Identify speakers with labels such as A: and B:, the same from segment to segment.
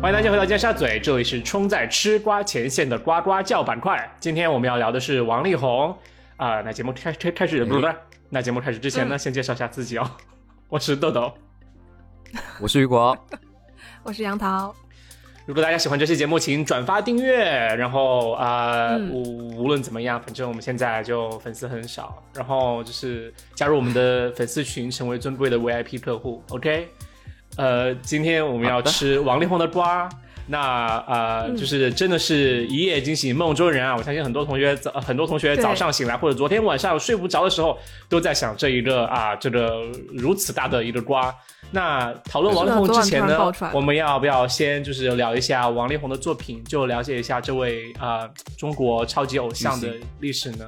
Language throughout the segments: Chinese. A: 欢迎大家回到尖沙咀，这里是冲在吃瓜前线的呱呱叫板块。今天我们要聊的是王力宏啊、那节目开开开始不是？那节目开始之前呢，先介绍一下自己哦。我是豆豆。
B: 我是雨果，
C: 我是杨桃，
A: 如果大家喜欢这期节目，请转发订阅。然后啊，
C: 嗯
A: 无、无论怎么样，反正我们现在就粉丝很少，然后就是加入我们的粉丝群，成为尊贵的 VIP 客户。OK，呃，今天我们要
B: 好的
A: 吃王力宏的瓜。那呃，
C: 嗯
A: 就是真的是一夜惊醒梦中人啊！我相信很多同学早，很多同学
C: 对
A: 早上醒来或者昨天晚上睡不着的时候，都在想这一个啊，这个如此大的一个瓜。那讨论王力宏之前
C: 是的昨晚突
A: 呢
C: 然爆出来，
A: 我们要不要先就是聊一下王力宏的作品，就了解一下这位啊、呃中国超级偶像的历史呢？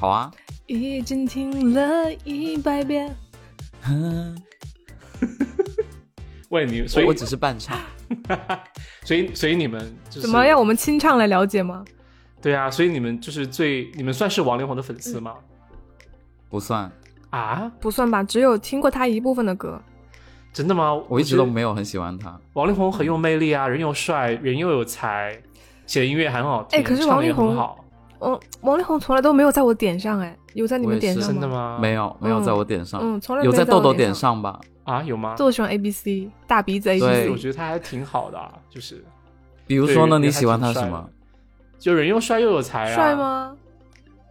B: 好啊。
C: 已经听了一百遍。
A: 为你，所
B: 所以
A: 以
B: 我只是伴唱，
A: 所以所以你们就是
C: 怎么要我们清唱来了解吗？
A: 对啊，所以你们就是最你们算是王力宏的粉丝吗？
B: 嗯不算，
A: 啊，
C: 不算吧，只有听过他一部分的歌。
A: 真的吗？
B: 我一直都没
A: 有。
B: 有很喜欢他。
A: 王力宏很有魅力啊，人又帅，人又有才，写的音乐很好听，
C: 哎可是
A: 唱得也
C: 王力宏
A: 很好，
C: 王哦王力宏从来都没有在我点上，哎，有在你
B: 我
C: 们
B: 也
C: 点
B: 是
C: 上
A: 真的？吗？
B: 没有，没有在我点上，
C: 嗯，从来
B: 啊
C: 没
B: 有在
C: 在
B: 豆
C: 我
B: 豆
C: 点
B: 点
C: 上。
B: 上吧？
A: 啊，有吗？
C: 豆豆喜欢 A B C，大鼻子 A B
B: 对
C: C。
A: 我觉得他还挺好的、啊，就是
B: 比如
A: 对
B: 说呢，
A: 人
B: 你
A: 还
B: 喜欢
A: 挺
B: 他
A: 帅
B: 什
A: 的
B: 么？
A: 就人又帅又有才啊，
C: 帅？吗？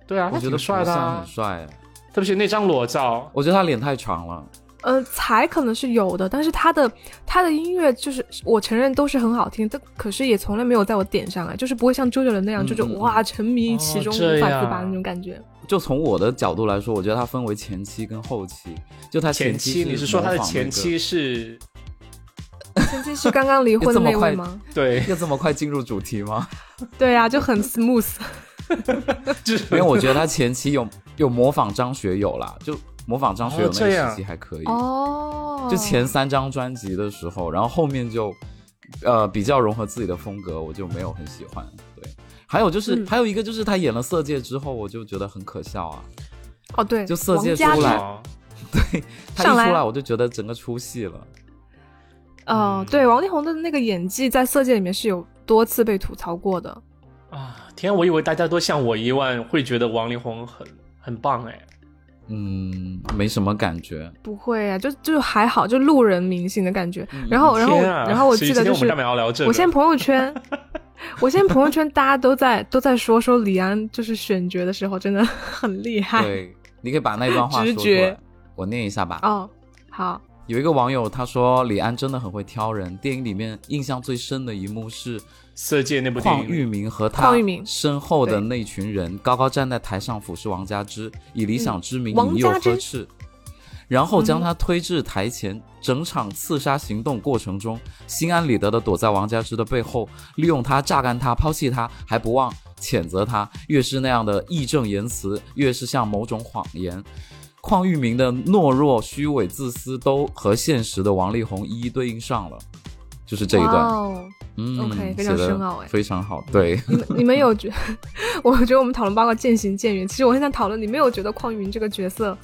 A: 对啊，
B: 我
A: 他
B: 觉
A: 挺
B: 得不
A: 帅的、
B: 算
A: 啊
B: 很，帅，
A: 特别是那张裸照，
B: 我觉得他脸太长了。
C: 呃，才可能是有的，但是他的他的音乐就是我承认都是很好听，但可是也从来没有在我点上来，就是不会像周杰伦那样，
B: 嗯
C: 就是
B: 嗯嗯
C: 哇沉迷其中
A: 哦
C: 无
A: 这
C: 法
A: 样
C: 自拔的那种感觉。
B: 就从我的角度来说，我觉得他分为前期跟后期。就他
A: 前期
B: 期
A: 你
B: 是
A: 是说
B: 模
A: 他的
B: 仿那
A: 前
B: 个
A: 期是？
C: 前期是刚 刚离婚的那
B: 这么快
C: 位吗？
A: 对，
B: 要这么快进入主题 吗？
C: 对啊，就很 smooth。
A: 就是
B: 因为我觉得他前期有有模仿张学友啦，就模仿张学友
A: 哦
B: 那
A: 这
B: 个
A: 样
B: 时期还可以。
C: 哦，
B: 就前三张专辑的时候，然后后面就呃比较融合自己的风格，我就没有很喜欢。对，还有就是、
C: 嗯
B: 还有一个就是他演了《色戒》之后，我就觉得很可笑啊，
C: 哦对，
B: 就色戒
C: 王家
B: 出来
C: 之
A: 哦
B: 他
C: 上
B: 一
C: 来
B: 出来我就觉得整个出戏了。
A: 嗯
C: 哦，对，王力宏的那个演技在《色戒》里面是有多次被吐槽过的。
A: 啊！天啊，我以为大家都像我一样会觉得王力宏很很棒哎，
B: 嗯，没什么感觉。
C: 不会啊，就就还好，就路人明星的感觉。
B: 嗯
C: 然后，然后，
A: 天啊
C: 然后我记得
A: 所以今
C: 就
A: 天我
C: 是
A: 们干嘛要聊这个？
C: 我现在朋友圈， 我现在朋友圈大家都在都在说说李安就是选角的时候真的很厉害
B: 对，你可以把那段话
C: 直
B: 说出
C: 觉
B: 来，我念一下吧。
C: 哦。好，
B: 有一个网友他说李安真的很会挑人，电影里面印象最深的一幕是
A: 色戒那部电
B: 邝
A: 影
B: 玉明和他
C: 邝玉明
B: 身后的那群人高高站在台上俯视王佳芝，以理想之名
C: 王
B: 引诱
C: 佳芝
B: 呵斥，然后将他推至台前。
C: 嗯
B: 整场刺杀行动过程中，心安理得的躲在王佳芝的背后，利用他、榨干他、抛弃他，还不忘谴责他。越是那样的义正言辞，越是像某种谎言。邝玉明的懦弱、虚伪、自私，都和现实的王力宏一一对应上了。就是这一段，
C: 哇哦
B: 嗯
C: OK，非
B: 写
C: 常
B: 得
C: 深奥哎
B: 非常好，对，
A: 嗯
C: 你们你们有觉？ 我觉得我们讨论八卦渐行渐远。其实我很想讨论，你没有觉得邝云这个角色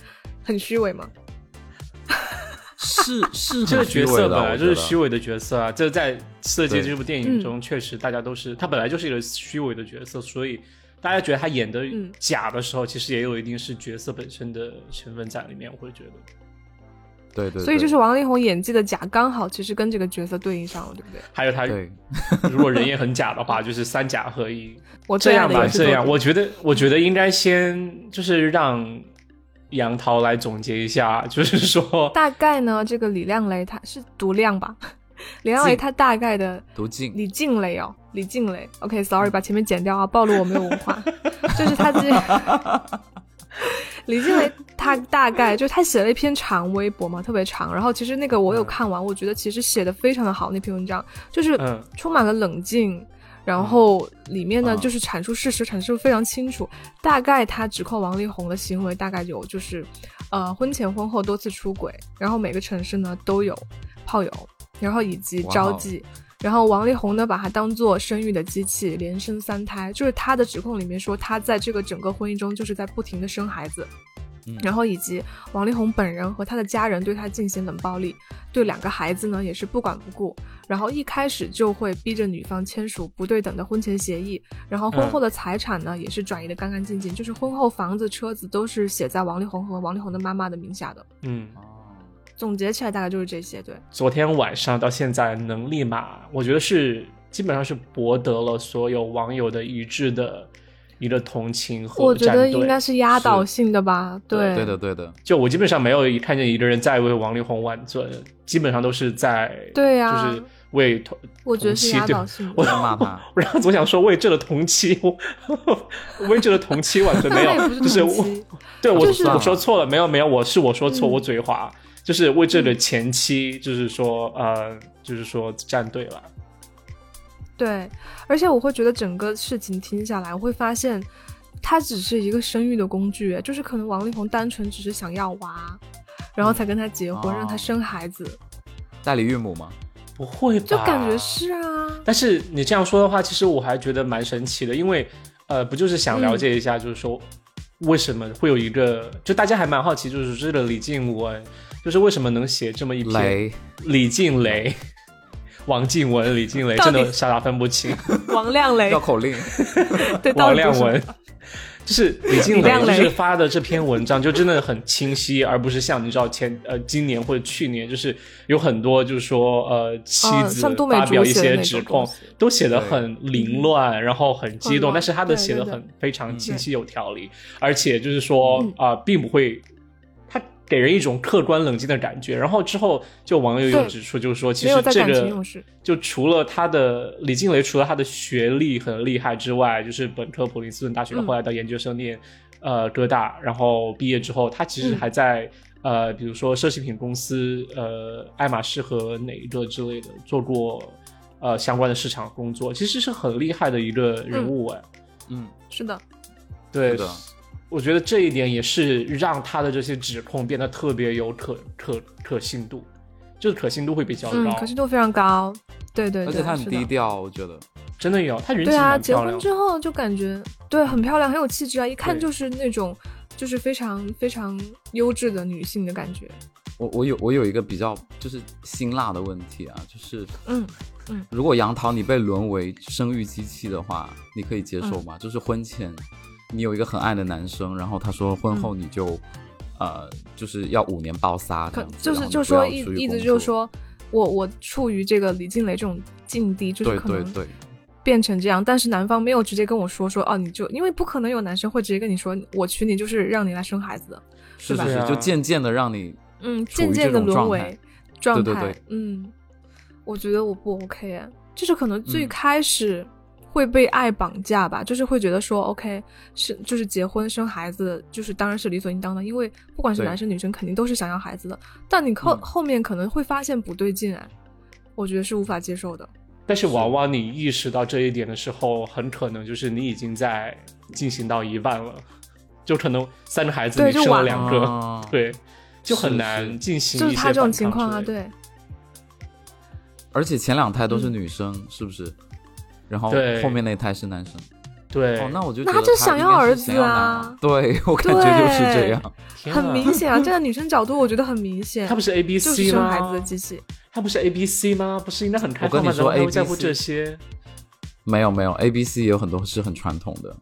C: 很虚伪吗？
B: 是 是
A: 这个
B: 很
A: 角
B: 虚伪
A: 色
B: 的，
A: 本来就是虚
B: 伪。
A: 伪的角色啊，这在《色戒》这部电影中，确实大家都是他本来就是一个虚伪的角色，所以大家觉得他演的
C: 嗯
A: 假的时候，其实也有一定是角色本身的成分在里面。我会觉得，
B: 对对，
C: 所以就是
B: 对
C: 王力宏演技的假，刚好其实跟这个角色对应上了，对不对？
A: 还有他
B: 对，
A: 如果人也很假的话，就是三假合一。
C: 我
A: 这
C: 最爱
A: 样
C: 哦的
A: 吧，
C: 也是
A: 这样，
C: 豆豆
A: 我觉得，我觉得应该先就是让杨桃来总结一下， 就是说，
C: 大概呢，这个李亮雷他是读亮吧？李亮雷
B: 静
C: 他大概的
B: 读进
C: 李静蕾哦，李静蕾。OK，sorry，、把前面剪掉啊，暴露我没有文化。 就是他这，李静蕾他大概就是他写了一篇长微博嘛，特别长。然后其实那个我有看完，我觉得其实写的非常的好，那篇文章就是
A: 嗯
C: 充满了冷静。然后里面呢，
B: 嗯
C: 就是阐述事实，阐述得非常清楚。大概他指控王力宏的行为，大概有就是，呃，婚前婚后多次出轨，然后每个城市呢都有炮友，然后以及
B: 哇哦
C: 招妓，然后王力宏呢，把他当做生育的机器，连生三胎。就是他的指控里面说，他在这个整个婚姻中就是在不停的生孩子，
B: 嗯
C: 然后以及王力宏本人和他的家人对他进行冷暴力，对两个孩子呢也是不管不顾，然后一开始就会逼着女方签署不对等的婚前协议，然后婚后的财产呢也是转移的干干净净，就是婚后房子、车子都是写在王力宏和王力宏的妈妈的名下的。
A: 嗯，
B: 哦
C: 总结起来大概就是这些，对，
A: 昨天晚上到现在，能力码我觉得是基本上是博得了所有网友的一致的一个同情和
C: 我觉
A: 站
C: 得
A: 队。
C: 应该是压倒性的吧，对
B: 对的，对的，
A: 就我基本上没有看见一个人在为王力宏挽尊，基本上都是在
C: 对啊呀
A: 就是为同
C: 我觉得
A: 同
C: 是
A: 妻
C: 压
A: 对
C: 倒性
A: 我
B: 不
C: 的。
B: 能骂他。
A: 我让总想说为这的同妻，我 为这的同妻完 全没
C: 那也
A: 有，
C: 不
A: 就是是
C: 同
A: 我
C: 期，
A: 对我、
C: 就是
A: 我说错了，没有没有，我是我说错，
C: 嗯
A: 我嘴滑，就是为这个前妻，就是说呃，就是说站队了，
C: 对，而且我会觉得整个事情听下来，我会发现，它只是一个生育的工具，就是可能王力宏单纯只是想要娃，然后才跟他结婚，
B: 哦
C: 让他生孩子，
B: 代理孕母吗？
A: 不会吧？
C: 就感觉是啊，
A: 但是你这样说的话，其实我还觉得蛮神奇的，因为呃，不就是想
C: 嗯
A: 了解一下，就是说为什么会有一个，就大家还蛮好奇，就是这个李静文，就是为什么能写这么一篇
B: 雷，
A: 李静蕾、王静文、李静蕾，
C: 到
A: 真
C: 底
A: 的傻傻分不清，
C: 王亮
A: 哎
C: 雷
B: 绕口令。
C: 对， 到
A: 王
C: 底
A: 亮
C: 不是
A: 文。就是李静
C: 李亮
A: 蕾，
C: 蕾
A: 就是发的这篇文章，就真的很清晰，而不是像你知道前呃今年或者去年，就是有很多就是说呃妻
C: 嗯
A: 子
C: 像杜美
A: 发
C: 竹
A: 表一
C: 写的
A: 些
C: 那
A: 指
C: 种
A: 控
C: 东西，
A: 都写的很凌乱，然后很激动，
C: 乱
A: 但是他的
C: 对
A: 写的
C: 对
A: 很
C: 对
A: 非常清
C: 嗯
A: 晰有条理，而且就是说啊、呃并不会，他给人一种客观冷静的感觉。然后之后就网友有
C: 对
A: 指出，就是说其
C: 没
A: 实
C: 有在
A: 这
C: 感情
A: 个
C: 用事，
A: 就除了他的李静蕾，除了他的学历很厉害之外，就是本科普林斯顿大学，
C: 嗯
A: 后来到研究生念呃哥大，然后毕业之后，他其实
C: 嗯
A: 还在。呃，比如说奢侈品公司，呃，爱马仕和哪一个之类的，做过呃相关的市场工作，其实是很厉害的一个人物哎、
B: 嗯，
C: 是的，
A: 对
B: 是的，
A: 我觉得这一点也是让他的这些指控变得特别有可可可信度，就是可信度会比较高。
C: 嗯，可信度非常高，对对
B: 而
C: 对，
B: 且他很
C: 是的
B: 低调，我觉得。
A: 真的有，他人其
C: 对
A: 实
C: 啊，
A: 蛮
C: 结
A: 漂
C: 婚
A: 亮的。
C: 之后就感觉对很漂亮，很有气质啊，一看
A: 对
C: 就是那种就是非常非常优质的女性的感觉。
B: 我我有我有一个比较就是辛辣的问题啊，就是
C: 嗯，
B: 如果杨桃你被沦为生育机器的话，你可以接
C: 嗯
B: 受吗？就是婚前你有一个很爱的男生，然后他说婚后你就、呃就是要五年包仨这
C: 可
B: 样子，
C: 就是
B: 然后你
C: 就
B: 不
C: 说
B: 要
C: 一
B: 出去
C: 一直
B: 工
C: 就
B: 作
C: 说我我处于这个李静蕾这种境地，就是
B: 对
C: 可
B: 对
C: 能
B: 对，
C: 变成这样，但是男方没有直接跟我说说哦，你就因为不可能有男生会直接跟你说我娶你就是让你来生孩子的，
B: 是
C: 吧
B: 是
A: 对
B: 是，
A: 啊
B: 就渐渐的让你
C: 嗯，
B: 处于
C: 渐渐的
B: 这种
C: 沦
B: 状
C: 为
B: 态
C: 状态，
B: 对对对
C: 嗯，我觉得我不 OK，哎就是可能最
B: 嗯
C: 开始会被爱绑架吧，就是会觉得说 OK 是就是结婚生孩子，就是当然是理所应当的，因为不管是
B: 对
C: 男生女生肯定都是想要孩子的，但你后、
B: 嗯
C: 后面可能会发现不对劲，哎，我觉得是无法接受的，
A: 但是往往你意识到这一点的时候，很可能就是你已经在进行到一半了，就可能三个孩子
C: 对
A: 你
C: 就
A: 生了
C: 晚
A: 两个，
B: 啊
A: 对，就很
B: 是
A: 难
B: 是
A: 进行
C: 就
A: 一
C: 是
A: 些
C: 他这种
A: 反
C: 情
A: 抗
C: 况
A: 之
C: 啊，
A: 类的
C: 对。
B: 而且前两胎都是
C: 嗯
B: 女生，是不是？然后
A: 对
B: 后面那胎是男生。
A: 对，
B: 哦，那我就
C: 那
B: 觉得
C: 他就想
B: 应
C: 要
B: 该是
C: 儿子
B: 想要男
C: 啊
B: 孩对我感觉就是这
C: 对
B: 样。
A: 天
C: 很
A: 啊
C: 明显啊，站在女生角度，我觉得很明显，
A: 他不是 A B
C: 就
A: C
C: 是生孩子
A: 吗？
C: 的机器。
A: 他不是 A B C 吗？不是应该很开
B: 我跟
A: 放吗？
B: 你
A: 怎
B: 说
A: 么还会在
B: ABC
A: 乎这些？
B: 没有没有，A B C 也有很多是很传统的，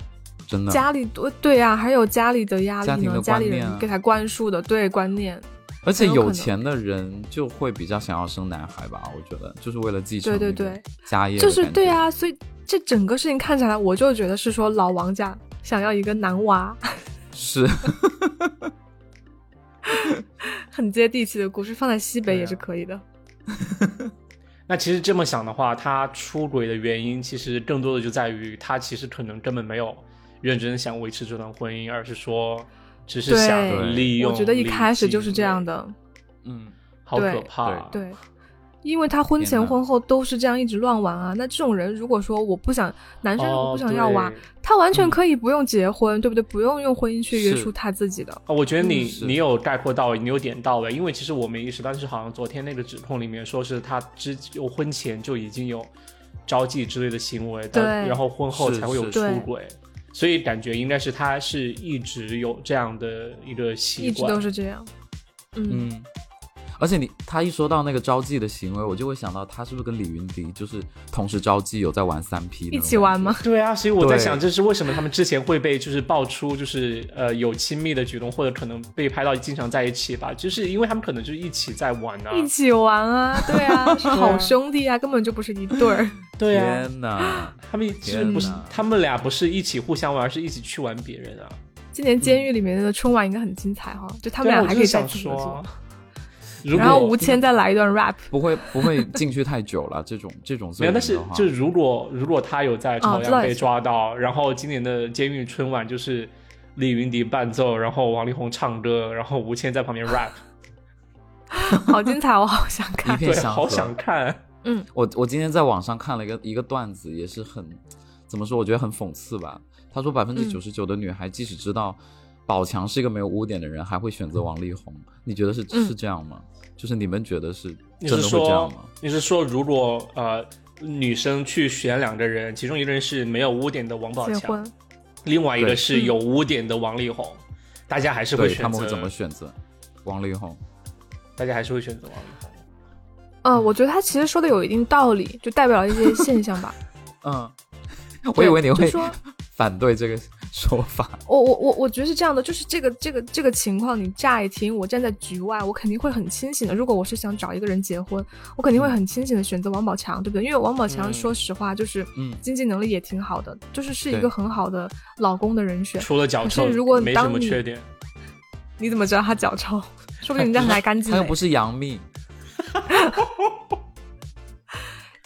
B: 真的。
C: 家里对对呀、还有家里的压
B: 家
C: 力
B: 庭
C: 呢，
B: 的
C: 家里
B: 观念
C: 人
B: 啊
C: 给他灌输的对观念，
B: 而且
C: 很有可
B: 有
C: 能
B: 钱的人就会比较想要生男孩吧，我觉得就是为了继承
C: 对对
B: 那个
C: 对
B: 家业的
C: 就
B: 感觉，
C: 是对啊，所以这整个事情看起来，我就觉得是说老王家想要一个男娃，
B: 是
C: 很接地气的故事，放在西北也是可以的。
A: 那其实这么想的话，他出轨的原因其实更多的就在于他其实可能根本没有认真想维持这段婚姻，而是说只是
C: 对
A: 想利用。
C: 我觉得一开始就是这样，的，
B: 嗯，
A: 好可怕啊！
C: 对，因为他婚
B: 天
C: 前
B: 哪
C: 婚后都是这样一直乱玩啊。那这种人，如果说我不想，男生如果
A: 哦，
C: 不想
A: 对
C: 要娃，他完全
B: 嗯
C: 可以不用结婚，对不对？不用用婚姻去约
B: 是
C: 束他自己的。
A: 啊，我觉得
B: 嗯
A: 你
B: 是
A: 你有概括到位，你有点到位，因为其实我没意识，但是好像昨天那个指控里面说是他之就婚前就已经有招妓之类的行为，但
C: 对
A: 然后婚后
B: 是
A: 才会有
B: 是
A: 出
C: 对
A: 轨，所以感觉应该是他是一直有这样的一个习
C: 一直
A: 惯，
C: 都是这样。嗯，
B: 嗯，而且你他一说到那个招妓的行为，我就会想到他是不是跟李云迪就是同时招妓，有在玩三 P，
C: 一起玩？吗？
A: 对啊，所以我在
B: 对
A: 想，这是为什么他们之前会被就是爆出就是呃有亲密的举动，或者可能被拍到经常在一起吧，就是因为他们可能就是一起在玩啊，
C: 一起玩啊，对啊，是好兄弟啊，根本就不是一对儿。
A: 对啊，
B: 天哪！
A: 他们就是不是
B: 天哪
A: 他们俩不是一起互相玩，而是一起去玩别人啊。
C: 今
B: 嗯
C: 年监狱里面的春晚应该很精彩哈、就他们
A: 对啊
C: 俩
A: 我
C: 还
A: 就
C: 可以
A: 是
C: 再
A: 想
C: 次
A: 说
C: 合作
A: 啊。， 如
C: 然后
A: 果
C: 吴谦再来一段 rap，
B: 不会不会进去太久了，这种这种
A: 没
B: 罪
A: 有，
B: 名
A: 但是
B: 的话，
A: 就是如果如果他有在朝
C: 哦知道
A: 阳被
C: 意思
A: 抓到，然后今年的监狱春晚就是李云迪伴奏，然后王力宏唱歌，然后吴谦在旁 边 rap，
C: 好精彩，我好想
B: 一
C: 看。
B: 片
A: 对，
B: 祥
A: 好
B: 和。
A: 想看。
B: 我我今天在网上看了一个一个段子，也是很怎么说，我觉得很讽刺吧。他说百分
C: 嗯
B: 之九十九的女孩，即使知道宝强是一个没有污点的人，还会选择王力宏。你觉得是
C: 嗯
B: 是这样吗？就是你们觉得是
A: 你
B: 真
A: 是
B: 的会这样
A: 说
B: 吗？
A: 你是说如果呃女生去选两个人，其中一个人是没有污点的王宝
B: 啊
C: 结
A: 强，
C: 婚，
A: 另外一个
B: 对
A: 是有污点的王力宏，大家还是会
B: 对，
A: 选择
B: 他们会怎么选择？王力宏，
A: 大家还是会选择王力宏。
C: 呃，我觉得他其实说的有一定道理，就代表了一些现象吧。
B: 嗯， 我以为你
C: 就
B: 会
C: 说
B: 反对这个说 法。
C: 我我我我觉得是这样的，就是这个这个这个情况，你乍一听，我站在局外，我肯定会很清醒的。如果我是想找一个人结婚，我肯
B: 嗯
C: 定会很清醒的选择王宝强，对不对？因为王宝强
A: 嗯
C: 说实话就是
B: 嗯
C: 经济能力也挺好的，就是是一
B: 对
C: 个很好的老公的人选。
A: 除了脚臭，
C: 可是如果
A: 没什
C: 当
A: 么
C: 你
A: 缺点。
C: 你怎么知道他脚臭？说不定人家还干净
B: 他又
C: 嘞
B: 不是杨幂，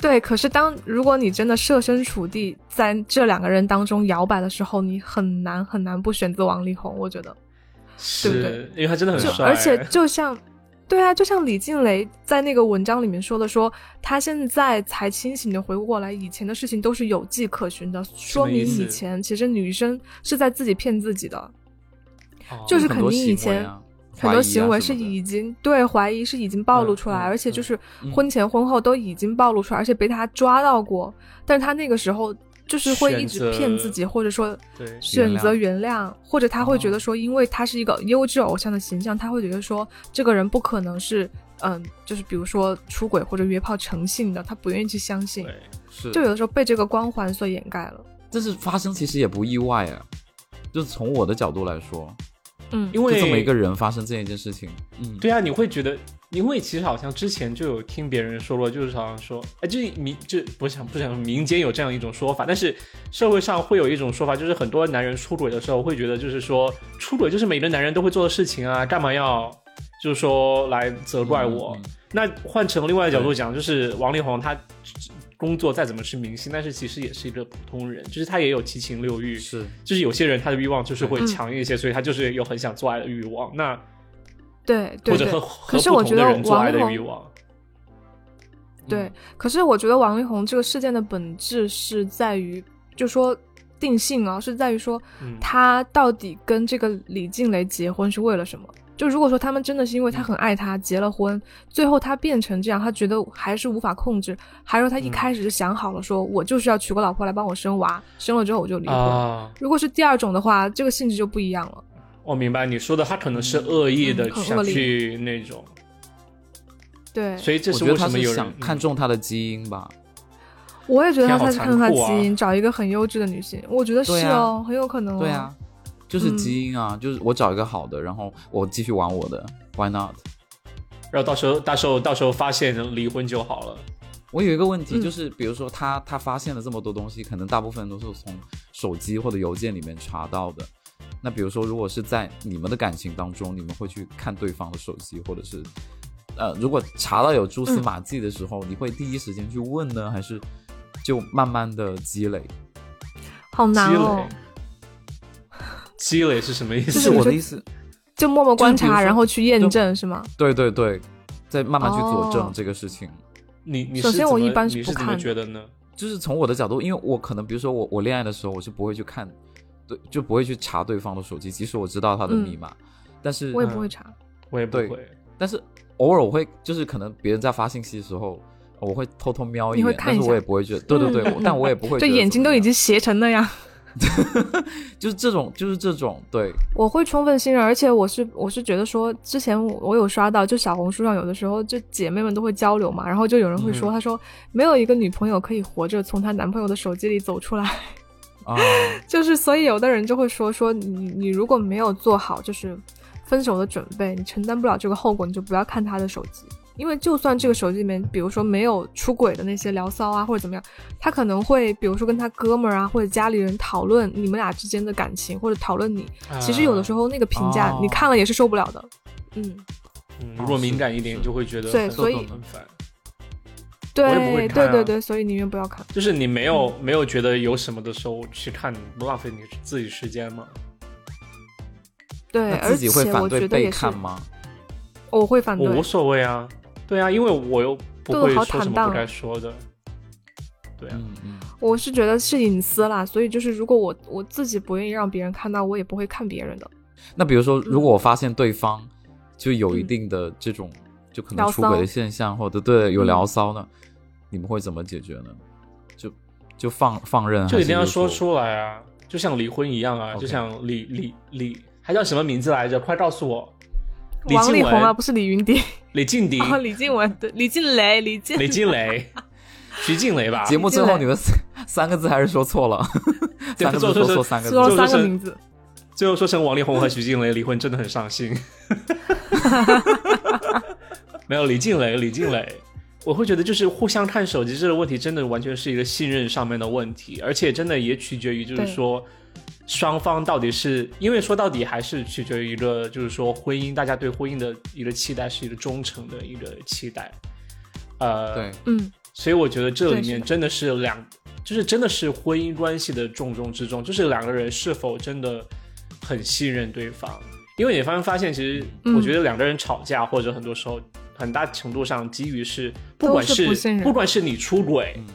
C: 对，可是当如果你真的设身处地在这两个人当中摇摆的时候，你很难很难不选择王力宏，我觉得。
A: 是
C: 不对
A: 因为他真的很
C: 就
A: 帅，
C: 而且就像，对啊，就像李静蕾在那个文章里面说的说，他现在才清醒的回顾过来，以前的事情都是有迹可循的，说明
A: 意思
C: 以前其实女生是在自己骗自己的，
A: 哦
C: 就是
B: 很
C: 肯
B: 多
C: 定
B: 行
C: 以
B: 为
C: 前
B: 啊
C: 很
B: 怀疑
C: 多
B: 啊
C: 行为
B: 什
C: 是
B: 么的
C: 已经对怀疑是已经暴露出来，
B: 嗯嗯
C: 而且就是
B: 嗯
C: 婚前婚后都已经暴露出来，而且被他抓到过，但是他那个时候就是会一
A: 选
C: 直
A: 择
C: 骗自己，或者说
A: 对
C: 选择
B: 原
C: 原谅，或者他会觉
B: 哦
C: 得说，因为他是一个优质偶像的形象，他会觉得说这个人不可能是嗯，就是比如说出轨或者约炮成性的，他不愿意去相信，
A: 对。
B: 是
C: 就有的时候被这个光环所掩盖了。
B: 但是发生其实也不意外啊，就是从我的角度来说，
C: 嗯，
A: 因
B: 就
A: 为
B: 这么一个人发生这样一件事情，嗯，
A: 对啊，你会觉得，因为其实好像之前就有听别人说过，就是好像说，哎，就是民就不想不想民间有这样一种说法，但是社会上会有一种说法，就是很多男人出轨的时候会觉得，就是说出轨就是每个男人都会做的事情啊，干嘛要就是说来责怪我？
B: 嗯嗯
A: 那换成另外的角度讲，就是王力宏他工作再怎么是明星，但是其实也是一个普通人，就是他也有七情六欲，
B: 是
A: 就是有些人他的欲望就是会
C: 嗯
A: 强一些，所以他就是有很想做爱的欲望。那
C: 对
A: 或
C: 对
A: 者
C: 对
A: 和。和
C: 可是
A: 不
C: 我
A: 同
C: 觉
A: 的
C: 得
A: 人做爱
C: 王
A: 的
C: 力
A: 欲
C: 宏
A: 望。嗯
C: 对，可是我觉得王力宏这个事件的本质是在于，就说定性啊，是在于说
A: 嗯
C: 他到底跟这个李静蕾结婚是为了什么？就如果说他们真的是
A: 嗯
C: 因为他很爱他结了婚，最后他变成这样，他觉得还是无法控制，还是说他一
A: 嗯
C: 开始就想好了说，我就是要娶个老婆来帮我生娃，生了之后我就离婚。
A: 啊，
C: 如果是第二种的话，这个性质就不一样了。
A: 我哦明白你说的，他可能是恶意的
C: 嗯很
A: 想
C: 恶劣
A: 去那种，
C: 对，
A: 所以这
B: 我
A: 是
B: 觉得
A: 为
B: 他
A: 什么
B: 是
A: 有
B: 想
A: 人嗯
B: 看中他的基因吧，
C: 我也觉得他
A: 天好
C: 在看他
A: 残酷啊
C: 基因，找一个很优质的女性，我觉得是
B: 对啊
C: 哦，很有可能、哦。
B: 对啊，就是
C: 嗯
B: 基因啊，就是我找一个好的，然后我继续玩我的，Why not？
A: 然后到时候到时候到时候发现离婚就好了。
B: 我有一个问题，
C: 嗯
B: 就是比如说他他发现了这么多东西，可能大部分都是从手机或者邮件里面查到的。那比如说，如果是在你们的感情当中，你们会去看对方的手机，或者是呃，如果查到有蛛
C: 嗯
B: 丝马迹的时候，你会第一时间去问呢，还是就慢慢的积累？
C: 好难
A: 积
C: 哦
A: 累，， 积累是什么意
C: 就
B: 这
A: 思？
B: 是
C: 是你
B: 我的
C: 说
B: 意思。
C: 就默默观
B: 就比如
C: 察，
B: 说
C: 然后去
B: 就
C: 验证是吗？
B: 对对对，再慢慢去佐证
C: 哦
B: 这个事情。
A: 你你是
C: 首先我
A: 怎么
C: 一般
A: 你
C: 是
A: 是
C: 不
A: 怎么
C: 看
A: 觉得呢？
B: 就是从我的角度，因为我可能比如说我我恋爱的时候，我是不会去看，对，就不会去查对方的手机，即使我知道他的
C: 嗯
B: 密码，但是
C: 我也不会查。
A: 我也不
B: 对
A: 会，
B: 但是偶尔我会就是可能别人在发信息的时候，我会偷偷瞄一
C: 你
B: 眼
C: 会，
B: 但
C: 看一
B: 是
C: 下
B: 我也不会觉得，对对对，
C: 嗯
B: 我但我也不会觉得
C: 就眼睛
B: 怎
C: 都
B: 么
C: 已
B: 样
C: 经斜成那样。
B: 就是这种，就是这种，对，
C: 我会充分信任，而且我是我是觉得说，之前我我有刷到，就小红书上有的时候就姐妹们都会交流嘛，然后就有人会说，
B: 嗯
C: 她说没有一个女朋友可以活着从她男朋友的手机里走出来，
B: 啊，
C: 就是所以有的人就会说说你你如果没有做好就是分手的准备，你承担不了这个后果，你就不要看他的手机。因为就算这个手机里面，比如说没有出轨的那些聊骚啊，或者怎么样，他可能会，比如说跟他哥们儿啊，或者家里人讨论你们俩之间的感情，或者讨论你，其实有的时
A: 候，
C: 候那个评价、
B: 啊哦
C: 你看了也是受不了的。嗯，
A: 嗯如果敏感一点，
B: 是
A: 就会觉得
C: 对
A: 很
C: 所以
A: 很烦。我也不
C: 对
A: 会看
C: 对
A: 啊
C: 对对，所以宁愿不要看。
A: 就是你没有没有觉得有什么的时候去看，不浪费你自己时间吗？
C: 嗯对，
B: 那
C: 而
B: 自己
C: 且
B: 会反
C: 我
B: 对
C: 觉得
B: 被
C: 也是
B: 看，吗？
C: 我会反
A: 我
C: 对
A: 无。所谓啊，对啊，因为我又不
C: 对
A: 会
C: 好
A: 说什
C: 坦
A: 么
C: 荡
A: 不该说的。对啊，
B: 嗯嗯，
C: 我是觉得是隐私啦，所以就是如果我我自己不愿意让别人看到，我也不会看别人的。
B: 那比如
C: 嗯
B: 说，如果我发现对方就有一定的这种，就可能
C: 聊
B: 出
C: 嗯骚嗯
B: 轨的现象，或者对有聊骚呢，你们会怎么解决呢？就就放放任，
A: 就一定要
B: 还是
A: 说
B: 就
A: 出来啊，就像离婚一样啊，
B: OK
A: 就像李李李，还叫什么名字来着？快告诉我！李
C: 王力
A: 静
C: 宏啊，
A: 雯
C: 不、是李云迪，
A: 李静迪、
C: 啊，李静雯，对，李静蕾，李静
A: 雷静 蕾、徐静蕾吧？
B: 节目最后
C: 对
B: 你们三 三个字还是说错了，三个字
A: 做
B: 说
A: 错
B: 错三个字
C: 说
A: 就
C: 了
A: 是
C: 三个名字，
A: 最后说成王力宏和徐静蕾离婚，真的很伤心。没有李静蕾，李静蕾，我会觉得就是互相看手机这个问题，真的完全是一个信任上面的问题，而且真的也取决于就是说双方到底是因为说到底还是取决于一个就是说婚姻，大家对婚姻的一个期待是一个忠诚的一个期待，呃，
B: 对，
C: 嗯，
A: 所以我觉得这里
C: 对是
A: 面
C: 的
A: 真的是两，就是真的是婚姻关系的重中之重，就是两个人是否真的很信任对方。因为你发发现，其实
C: 嗯
A: 我觉得两个人吵架，或者很多时候很大程度上基于是，不
C: 都
A: 管
C: 是
A: 是
C: 不信任
A: 管是你出轨，
B: 嗯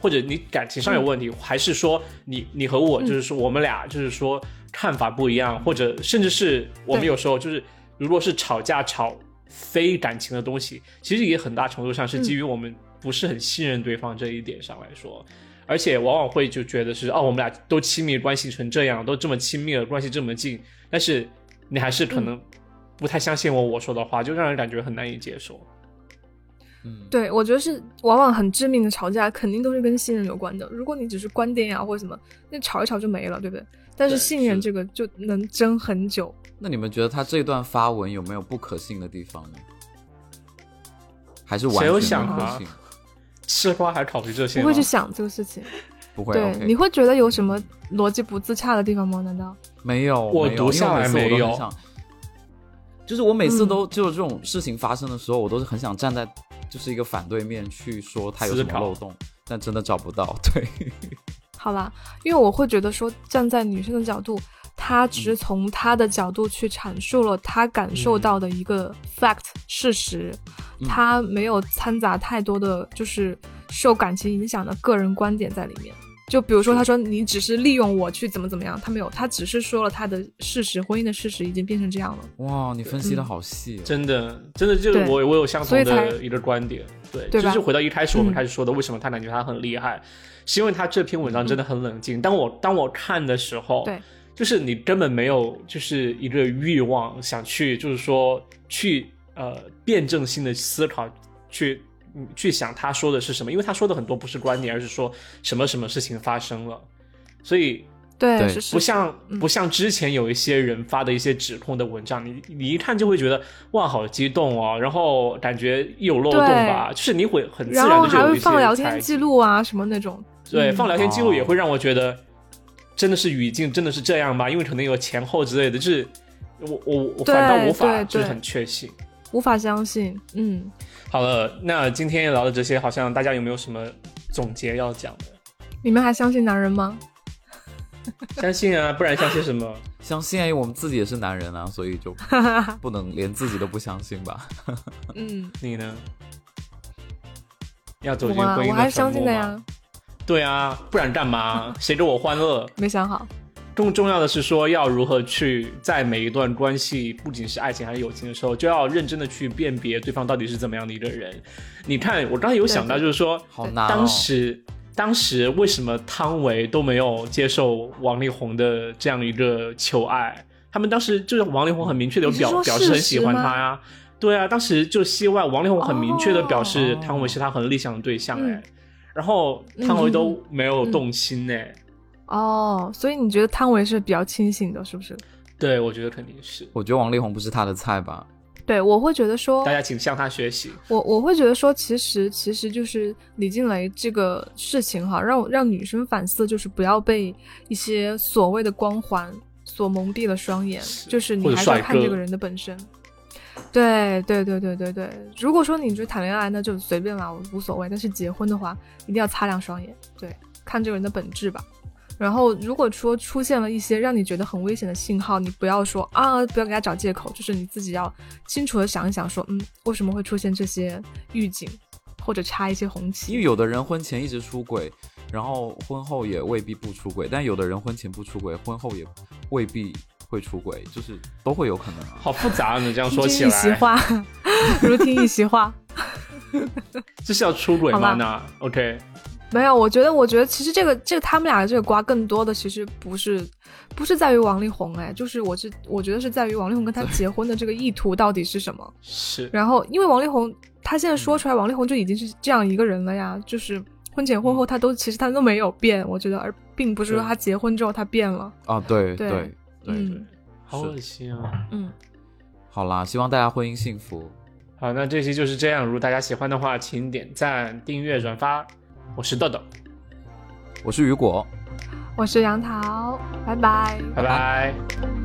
A: 或者你感情上有问题，还是说你你和我就是说我们俩就是说看法不一样，或者甚至是我们
C: 对
A: 有时候就是如果是吵架吵非感情的东西，其实也很大程度上是基于我们不是很信任对方这一点上来说，而且往往会就觉得是哦，我们俩都亲密关系成这样，都这么亲密了，关系这么近，但是你还是可能不太相信我我说的话，就让人感觉很难以接受。
B: 嗯，
C: 对，我觉得是往往很致命的吵架，肯定都是跟信任有关的。如果你只是观点呀、啊或者什么，那吵一吵就没了，对不对？但是
A: 对
C: 信任
B: 是
C: 这个就能争很久。
B: 那你们觉得他这段发文有没有不可信的地方呢？还是完
A: 谁有
B: 全
A: 想
B: 不
A: 啊
B: 可信？
A: 吃瓜还考虑这些
C: 不
A: 吗？
C: 会去想这个事情，
B: 不会
C: 对，你
B: ，OK，
C: 会觉得有什么逻辑不自洽的地方吗？难道？
B: 没有，
A: 我
B: 没有
A: 读下来
B: 因为每次我都
A: 没
B: 很
A: 有
B: 想，就是我每次
A: 嗯
B: 都就这种事情发生的时候，我都是很想站在就是一个反对面去说他有什
A: 思
B: 么
A: 考
B: 漏洞，但真的找不到。 对，
C: 好啦，因为我会觉得说，站在女生的角度，她只
A: 嗯
C: 是从她的角度去阐述了她感受到的一个 fact 事实，
B: 嗯
C: 她没有掺杂太多的就是受感情影响的个人观点在里面。就比如说，她说你只是利用我去怎么怎么样，她没有，她只是说了她的事实，婚姻的事实已经变成这样了。
B: 哇，你分析的
C: 嗯
B: 好细、哦，
A: 真的，真的就是
C: 对
A: 我我有相
C: 所以
A: 同
C: 才
A: 的一个观点，对，
C: 对吧
A: 就是回到一开始我们
C: 嗯
A: 开始说的，为什么他感觉他很厉害，是因为他这篇文章真的很冷静。当我当我看的时候，
C: 对，
A: 就是你根本没有就是一个欲望想去，就是说去呃辩证性的思考，去嗯去想他说的是什么，因为他说的很多不是观点，而是说什么什么事情发生了，所以
C: 对，
B: 对
C: 是是
A: 不像
C: 嗯
A: 不像之前有一些人发的一些指控的文章，你你一看就会觉得哇，好激动哦，然后感觉有漏洞吧，就是你会很自
C: 然
A: 然
C: 后
A: 的就
C: 还
A: 有
C: 会
A: 一些
C: 放聊天
A: 猜
C: 记录啊什么那种。
A: 对，
C: 嗯
A: 放聊天记录也
B: 哦
A: 会让我觉得真的是语境真的是这样吗？因为可能有前后之类的，就是我我我
C: 对
A: 反倒无法
C: 对
A: 就是
C: 对
A: 很确信。
C: 无法相信，嗯，
A: 好了，那今天聊的这些，好像大家有没有什么总结要讲的？
C: 你们还相信男人吗？
A: 相信啊，不然相信什么？
B: 相信啊，因为我们自己也是男人啊，所以 就不能连自己都不相信吧。
C: 嗯，
A: 你呢？要走进
C: 我啊，
A: 婚姻
C: 我
A: 的
C: 还
A: 坟
C: 是相信
A: 墓
C: 的
A: 吗
C: 呀，
A: 对啊，不然干嘛？谁给我欢乐？
C: 没想好。
A: 更重要的是说，要如何去在每一段关系，不仅是爱情还是友情的时候，就要认真的去辨别对方到底是怎么样的一个人。你看，我刚才有想到，
C: 对
A: 就是说，
B: 好难、哦，
A: 当时当时为什么汤唯都没有接受王力宏的这样一个求爱？他们当时就是王力宏很明确的
C: 你是
A: 表
C: 说
A: 表示很
C: 事
A: 喜
C: 实
A: 欢
C: 吗
A: 他呀、对啊，当时就戏外王力宏很明确的表示
B: 哦
A: 汤唯是他很理想的对象哎、
C: 嗯
A: 然后汤唯
C: 嗯
A: 都没有动心哎、
C: 哦，所以你觉得汤唯是比较清醒的，是不是？
A: 对我觉得肯定是，
B: 我觉得王力宏不是他的菜吧？
C: 对，我会觉得说
A: 大，家请向他学习。
C: 我我会觉得说，其实其实就是李静蕾这个事情哈，让让女生反思，就是不要被一些所谓的光环所蒙蔽了双眼，
A: 是
C: 就是你
A: 或者
C: 还是要
A: 帅
C: 看这
A: 哥
C: 个人的本身。对对对对对对，如果说你就谈恋爱，那就随便啦，我无所谓。但是结婚的话，一定要擦亮双眼，对，看这个人的本质吧。然后，如果说出现了一些让你觉得很危险的信号，你不要说啊，不要给他找借口，就是你自己要清楚的想一想说，嗯，为什么会出现这些预警，或者插一些红
B: 因为
C: 旗。
B: 有的人婚前一直出轨，然后婚后也未必不出轨，但有的人婚前不出轨，婚后也未必会出轨，就是都会有可能啊。
A: 好复杂啊！你这样说
C: 听
A: 起
C: 君一席
A: 来，
C: 话，如听一席话。
A: 这是要出轨吗？
C: 好吧
A: 那 OK，
C: 没有，我觉得，我觉得其实这个这个他们俩的这个瓜，更多的其实不是不是在于王力宏，哎，就是我是我觉得是在于王力宏跟他结婚的这个意图到底是什么。
A: 是
C: 然后，因为王力宏他现在说出来，王力宏就已经是这样一个人了呀，就是婚前
B: 嗯
C: 婚后他都、其实他都没有变，我觉得，而并不是说
A: 对
C: 他结婚之后他变了。
B: 啊，对
C: 对
B: 对对，
C: 嗯
A: 好恶心啊！
C: 嗯，
B: 好啦，希望大家婚姻幸福。
A: 好，那这期就是这样。如果大家喜欢的话，请点赞、订阅、转发。我是豆豆，
B: 我是雨果。
C: 我是杨桃，拜拜。
A: 拜拜。
B: 拜